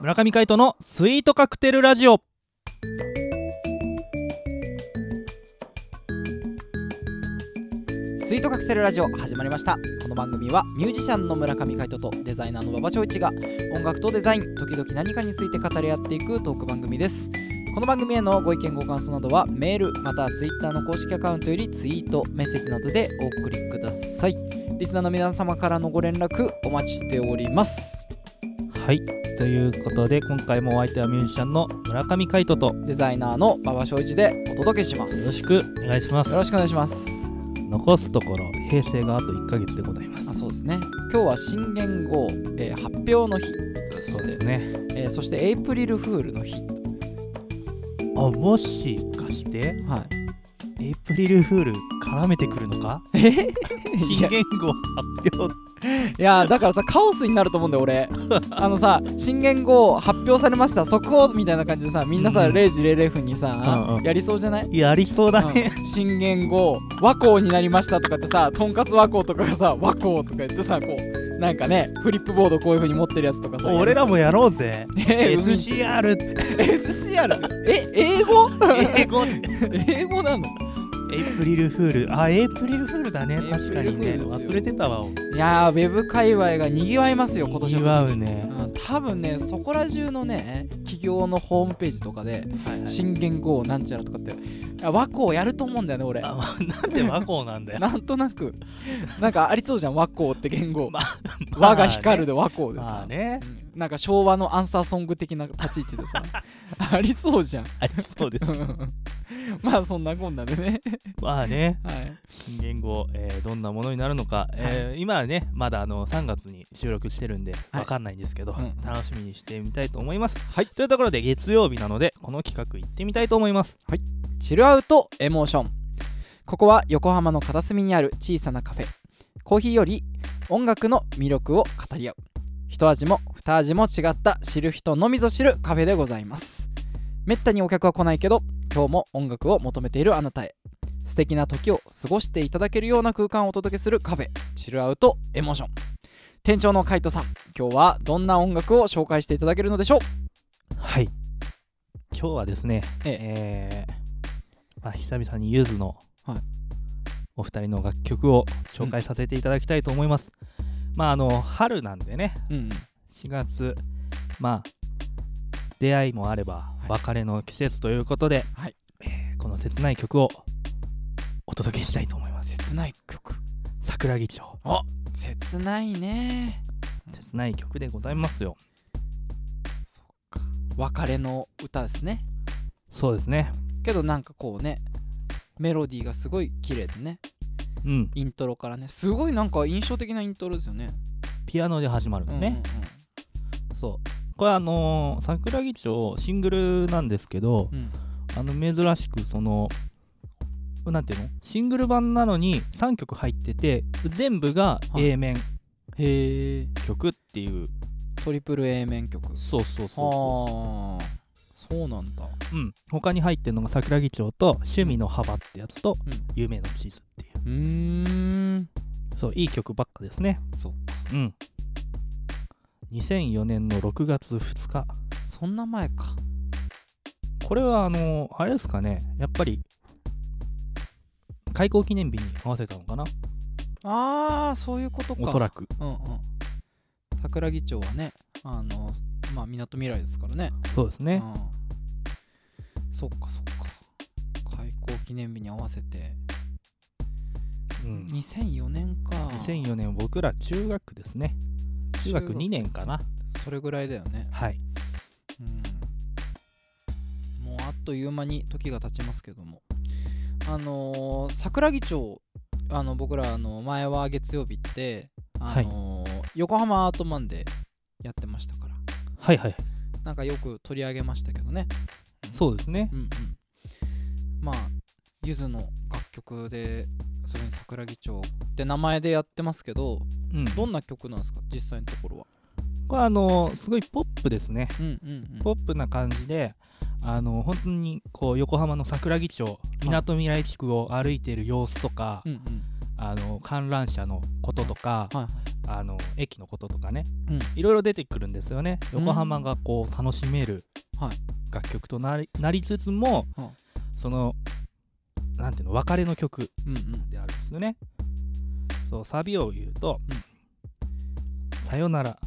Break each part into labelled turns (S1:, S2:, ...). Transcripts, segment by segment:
S1: 村上海斗のスイートカクテルラジオ
S2: スイートカクテルラジオ始まりましたこの番組はミュージシャンの村上海人とデザイナーの馬場翔一が音楽とデザイン時々何かについて語り合っていくトーク番組ですこの番組へのご意見ご感想などはメールまたはツイッターの公式アカウントよりツイートメッセージなどでお送りくださいリスナーの皆様からのご連絡お待ちしております
S1: はいということで今回もお相手はミュージシャンの村上海斗とよ
S2: デザイナーの馬場翔一でお届けします
S1: ろしくお願いします
S2: よろしくお願いします
S1: 残すところ平成があと1ヶ月でございます
S2: あそうですね今日は新元号、えー発表の日そして
S1: そうですね
S2: えーそしてエイプリルフールの日とですね
S3: あもしかして
S2: はい
S3: エイプリルフール絡めてくるのか
S2: え い
S3: 新
S2: や
S3: 言語発表
S2: いやだからさカオスになると思うんだ よ俺あのさ新元号発表されました速報みたいな感じでさみんなさ、
S3: うん
S2: 0時00分にさ、
S3: うんうん
S2: やりそうじゃない、
S3: やりそうだね、
S2: うん新元号和光になりましたとかってさとんかつ和光とかがさ和光とか言ってさこうなんかねフリップボードこういう風に持ってるやつとかさ
S3: 俺らもやろうぜ
S2: やりそうえ海
S3: SCR って
S2: SCR え英語
S3: 英 語で
S2: 英語なの
S3: エイプリルフールあエイプリルフールだね
S2: エイ
S3: 確
S2: プ
S3: か
S2: リル
S3: に
S2: フール
S3: ね
S2: です
S3: 忘
S2: よ
S3: れてたわ
S2: いやーウェブ界隈がにぎわいますよ今年は
S3: 祝うね、
S2: うん、多分ねそこら中のね企業のホームページとかで
S3: はいはい
S2: 新元号なんちゃらとかってあ和光やると思うんだよね俺
S3: あまなんで和光なんだよ
S2: なんと なくなんかありそうじゃん和光って言語、
S3: ま
S2: 和が光るで和光で
S3: ま
S2: さ
S3: あ、ね
S2: うんなんか昭和のアンサーソング的な立ち位置で さありそうじゃん
S3: あり そうです
S2: うんまあそんなこんなでね
S3: まあね
S2: はい
S3: 新言語、えーどんなものになるのか、えー今はねまだあの3月に収録してるんで
S2: い
S3: わかんないんですけど、
S2: うん
S3: 楽しみにしてみたいと思います、
S2: はい
S3: というところで月曜日なのでこの企画行ってみたいと思います
S2: チルアウトエモーションここは横浜の片隅にある小さなカフェコーヒーより音楽の魅力を語り合う一味も二味も違った知る人のみぞ知るカフェでございますめったにお客は来ないけど今日も音楽を求めているあなたへ素敵な時を過ごしていただけるような空間をお届けするカフェチルアウトエモーション店長の海斗さん今日はどんな音楽を紹介していただけるのでしょう
S3: はい今日はですね
S2: ええ
S3: えーまあ、久々にゆずの
S2: はい
S3: お二人の楽曲を紹介させていただきたいと思います、まああの春なんでね
S2: うん
S3: 4月まあ出会いもあれば
S2: い
S3: 別れの季節ということで、
S2: はい
S3: えーこの切ない曲をお届けしたいと思います
S2: 切ない曲
S3: 桜木町
S2: 切ないね
S3: 切ない曲でございますよ
S2: 別れの歌ですね
S3: そうですね
S2: けどなんかこうねメロディーがすごい綺麗でね
S3: うん
S2: イントロからねすごいなんか印象的なイントロですよね
S3: ピアノで始まるのね、、そうこれあのー桜木町シングルなんですけど
S2: うんうんうん
S3: あの珍しくそのなんていうのシングル版なのに3曲入ってて全部が
S2: はい
S3: A 面
S2: へえ
S3: 曲っていう、
S2: トリプル A 面曲は
S3: そうそうそう
S2: あ
S3: そう
S2: そうなんだ
S3: うん、他に入ってるのが桜木町と「趣味の幅」ってやつと
S2: うん
S3: 「夢の地図」っていう
S2: うーん
S3: そういい曲ばっかですね
S2: そう
S3: うん2004年の6月2日
S2: そんな前か
S3: これはあのあれですかねやっぱり開校記念日に合わせたのかな
S2: あーそういうことか
S3: おそらく
S2: うんうん桜木町はねあのまあみなとみらいですからね
S3: そうですね
S2: うん、そっかそっか開校記念日に合わせて、
S3: うん
S2: 2004年か
S3: 2004年僕ら中学ですね中学2年かな
S2: それぐらいだよね
S3: はい
S2: うんもうあっという間に時が経ちますけどもあのー桜木町あの僕らあの前は月曜日って、あのー横浜アートマンでやってましたから
S3: はいはい
S2: なんかよく取り上げましたけどね
S3: そうですね
S2: うんうん、まあゆずの楽曲でそれに桜木町って名前でやってますけど
S3: うん
S2: どんな曲なんですか実際のところは
S3: これはあのすごいポップですね
S2: うんうんうん
S3: ポップな感じであの本当にこう横浜の桜木町みなとみらい地区を歩いてる様子とか、
S2: うんうん
S3: あの観覧車のこととか、
S2: はいはい
S3: あの駅のこととかね、
S2: うん
S3: いろいろ出てくるんですよね
S2: うん
S3: 横浜がこう楽しめる
S2: はい
S3: 楽曲となりなりつつも、
S2: うん
S3: そのなんていうの別れの曲
S2: うんうん
S3: であるんですよねそうサビを言うと
S2: うん
S3: 「さよなら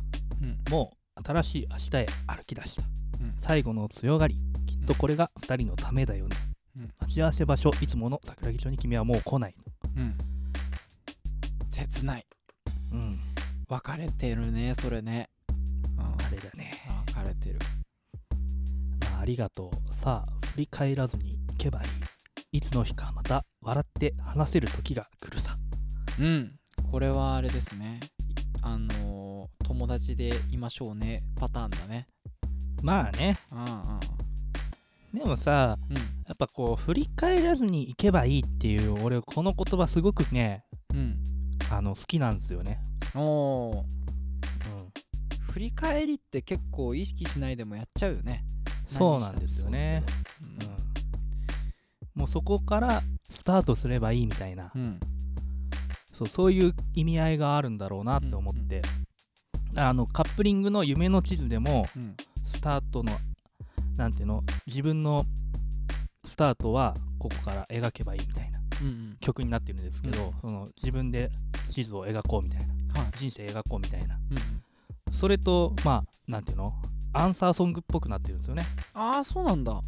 S2: うん
S3: もう新しい明日へ歩き出した、
S2: うん
S3: 最後の強がりきっとこれが2人のためだよね、
S2: うん
S3: 待ち合わせ場所いつもの桜木町に君はもう来ない」
S2: うん切ない
S3: うん
S2: 別れてるねそれねうん
S3: あれだね
S2: 別れてる
S3: まあ、ありがとう。さあ、振り返らずに行けばいい。いつの日かまた笑って話せる時が来るさ。
S2: うんこれはあれですねあのー友達でいましょうねパターンだね
S3: まあね、
S2: うんうん
S3: でもさ、やっぱこう、振り返らずに行けばいいっていう、俺、この言葉すごくね、
S2: うん
S3: あの、好きなんですよね。
S2: うんおー
S3: うん。
S2: 振り返りって結構意識しないでもやっちゃうよね
S3: そうなんですよね。
S2: 何
S3: う
S2: にしたってそうですけど
S3: ん。もうそこからスタートすればいいみたいな、
S2: うんうん
S3: そうそういう意味合いがあるんだろうなって思って、あのカップリングの夢の地図でも、
S2: うん
S3: スタートのなんていうの自分のスタートはここから描けばいいみたいな
S2: うん
S3: 曲になってるんですけど、その自分で地図を描こうみたいな
S2: はい
S3: 人生描こうみたいな
S2: うんうん
S3: それとまあなんていうのアンサーソングっぽくなってるんですよね
S2: ああそうなんだ
S3: んっ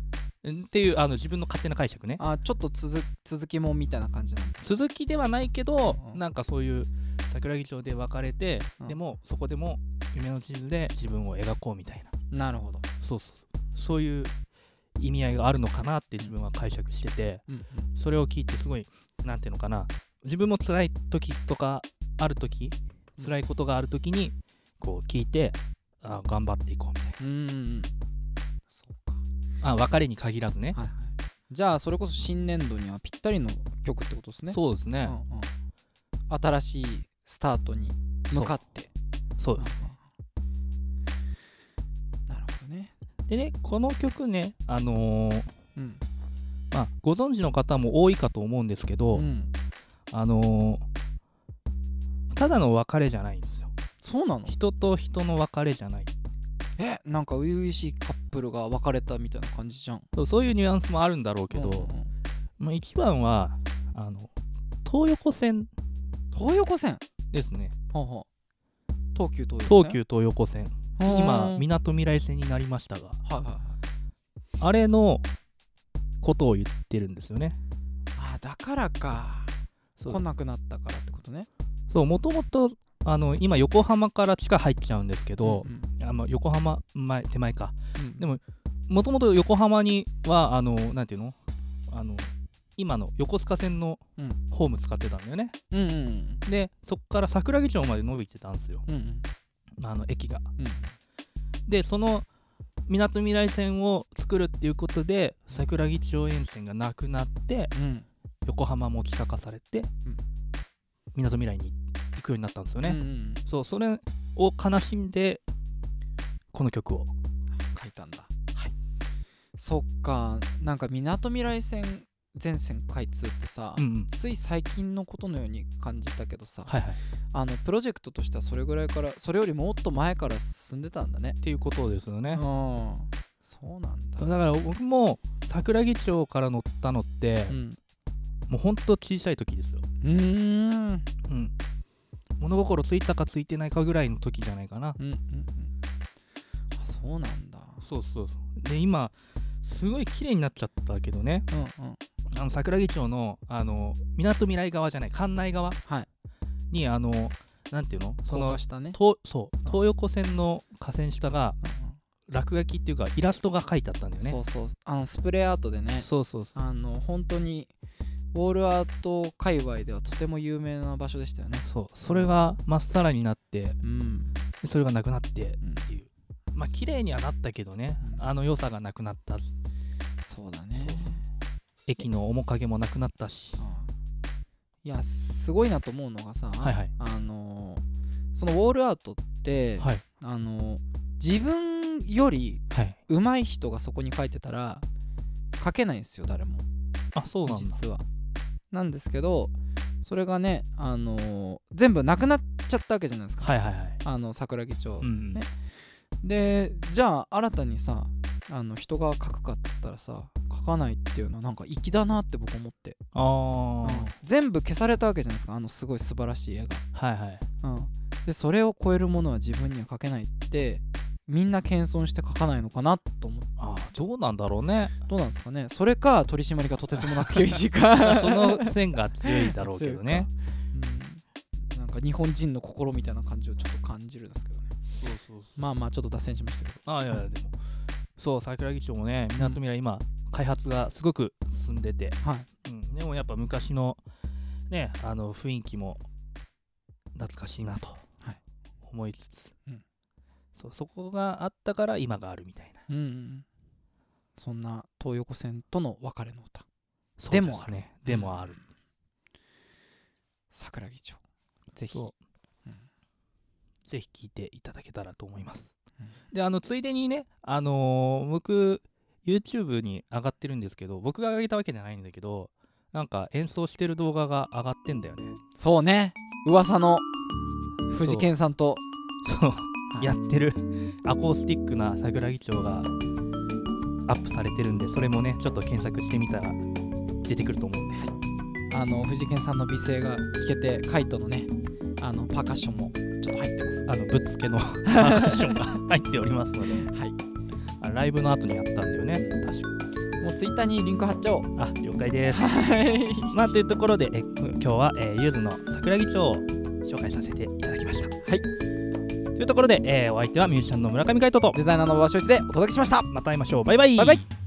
S3: ていうあの自分の勝手な解釈ね
S2: あーちょっと続続きもんみたいな感じなんだ
S3: 続きではないけど、
S2: うん
S3: なんかそういう桜木町で別れて、
S2: うん
S3: でもそこでも夢の地図で自分を描こうみたいな
S2: なるほど
S3: そうそうそういう意味合いがあるのかなって自分は解釈してて、
S2: うんうん
S3: それを聞いてすごいなんていうのかな自分も辛い時とかある時
S2: うん
S3: 辛いことがある時にこう聞いてあ頑張っていこうみたい
S2: うんうんうんそうか
S3: なあ別れに限らずね
S2: はいはいじゃあそれこそ新年度にはぴったりの曲ってことですね
S3: そうです
S2: う
S3: ね、
S2: んうん新しいスタートに向かって
S3: そうです
S2: うんうんなるほどね
S3: でねこの曲ねあのー
S2: うん
S3: まあご存知の方も多いかと思うんですけど、
S2: うん
S3: あのーただの別れじゃないんですよ
S2: そうなの
S3: 人と人の別れじゃない
S2: えなんか初々しいカップルが別れたみたいな感じじゃん
S3: そうそういうニュアンスもあるんだろうけど、
S2: うんうんうん
S3: まあ、一番はあの東横線
S2: 東横線
S3: ですね
S2: はあはあ東急東横
S3: 東
S2: 線
S3: 急東横線
S2: 東
S3: 今み
S2: ん
S3: なとみらい線になりましたが
S2: なはいはいはい
S3: あれのことを言ってるんですよね
S2: あだからか
S3: そ
S2: 来
S3: う
S2: なくなったからってことね
S3: そうもともとあの今横浜から地下入っちゃうんですけど
S2: う、ん
S3: あまあ横浜前手前か
S2: うん
S3: でももともと横浜にはあのなんていうのあの今の横須賀線の
S2: うん
S3: ホーム使ってたんだよね、
S2: うんうんうん
S3: でそっから桜木町まで伸びてたんですよ
S2: うんうん
S3: あの駅が
S2: うん
S3: でそのみなとみらい線を作るっていうことで桜木町沿線がなくなって
S2: うん
S3: 横浜も地下化されて
S2: うん
S3: みなとみらいに行くようになったんですよね、
S2: うんうん
S3: そうそれを悲しんでこの曲を
S2: 書いたんだはいそっかなんかみなとみらい線全線開通ってさ、
S3: うんうん
S2: つい最近のことのように感じたけどさ、
S3: はいはいっ
S2: あのプロジェクトとしてはそれぐらいからそれよりもっと前から進んでたんだね
S3: ていうことですよ
S2: うん
S3: ね、
S2: そうなんだ
S3: そうだから僕も桜木町から乗ったのって、
S2: うん
S3: もうほんと小さい時ですよ、
S2: うーん
S3: うん、物心ついたかついてないかぐらいの時じゃないかな
S2: うんうんうんあそうなんだ
S3: そうそうそうで今すごい綺麗になっちゃったけどね
S2: うんうん
S3: あの桜木町のあのみなとみらい側じゃない館内側
S2: はい
S3: にあのなんていうのそ
S2: その
S3: の
S2: したね
S3: 東そう東横線の河川下が
S2: う
S3: 落書きっていうかイラストが書いてあったんだ
S2: ん
S3: よ
S2: うん
S3: ね
S2: そうそうあのスプレーアートでね
S3: そうそうそう
S2: あの本当にウォールアート界隈ではとても有名な場所でしたよね。
S3: そうそれがまっさらになって
S2: うん、
S3: それがなくなって
S2: うん、
S3: っていうまあ綺麗にはなったけどね
S2: うん
S3: あの良さがなくなった
S2: そうだね。
S3: そうそう駅の面影もなくなったし
S2: うんいやすごいなと思うのがさ、
S3: はいはい
S2: あのそのウォールアートって、
S3: はい
S2: あの自分分より
S3: はい
S2: 上手い人がそこに書いてたら書けないんですよ誰も
S3: あそうなんだ
S2: 実はなんですけどそれがねあのー全部なくなっちゃったわけじゃないですか、
S3: はいはいはい
S2: あの桜木町、
S3: うんうん
S2: ねでじゃあ新たにさあの人が書くかって言ったらさ書かないっていうのはなんか粋だなって僕思って、
S3: あ
S2: うん
S3: あ
S2: 全部消されたわけじゃないですかあのすごい素晴らしい絵
S3: はいはい
S2: が、うん、でそれを超えるものは自分には書けないってみんな謙遜して書かないのかなと思って
S3: あーどうなんだろう ね
S2: どうなんですかねそれか取り締まりがとてつもな く厳しいか
S3: その線が強いだろうけどね
S2: うん、なんか日本人の心みたいな感じをちょっと感じるんですけどね
S3: そうそうそう
S2: まあまあちょっと脱線しましたけど
S3: あいやいやでもそう桜木町もねみなとみらい今開発がすごく進んでて、
S2: はい
S3: うん、でもやっぱ昔のねあの雰囲気も懐かしいなと
S2: はい
S3: 思いつつ、
S2: うん
S3: そうそこがあったから今があるみたいな
S2: うんうんうんそんな東横線との別れの歌
S3: そう
S2: でも
S3: すねでもある、
S2: 桜木町ぜひ
S3: そう
S2: うん
S3: ぜひ聞いていただけたらと思います、
S2: うん
S3: であのついでにねあのー僕 YouTube に上がってるんですけど僕が上げたわけじゃないんだけどなんか演奏してる動画が上がってんだ よね
S2: そうね噂の藤健さんと
S3: そう
S2: はい
S3: やってる アコースティックな桜木町がアップされてるんでそれもねちょっと検索してみたら出てくると思うんで
S2: あの藤健さんの美声が聞けてカイトのねあのパーカッションもちょっと入ってます
S3: あのぶっつけの パーカッションが入っておりますので、はい、あライブの後にやったんだよね確か
S2: もうツイッターにリンク貼っちゃおう
S3: あ了解です
S2: はい
S3: まあというところでえ今日は、えーゆずの桜木町を紹介させていただきましたはいというところで、えーお相手はミュージシャンの村上海人と
S2: デザイナーの馬場正一でお届けしました
S3: また会いましょうバイバイ
S2: バイバイ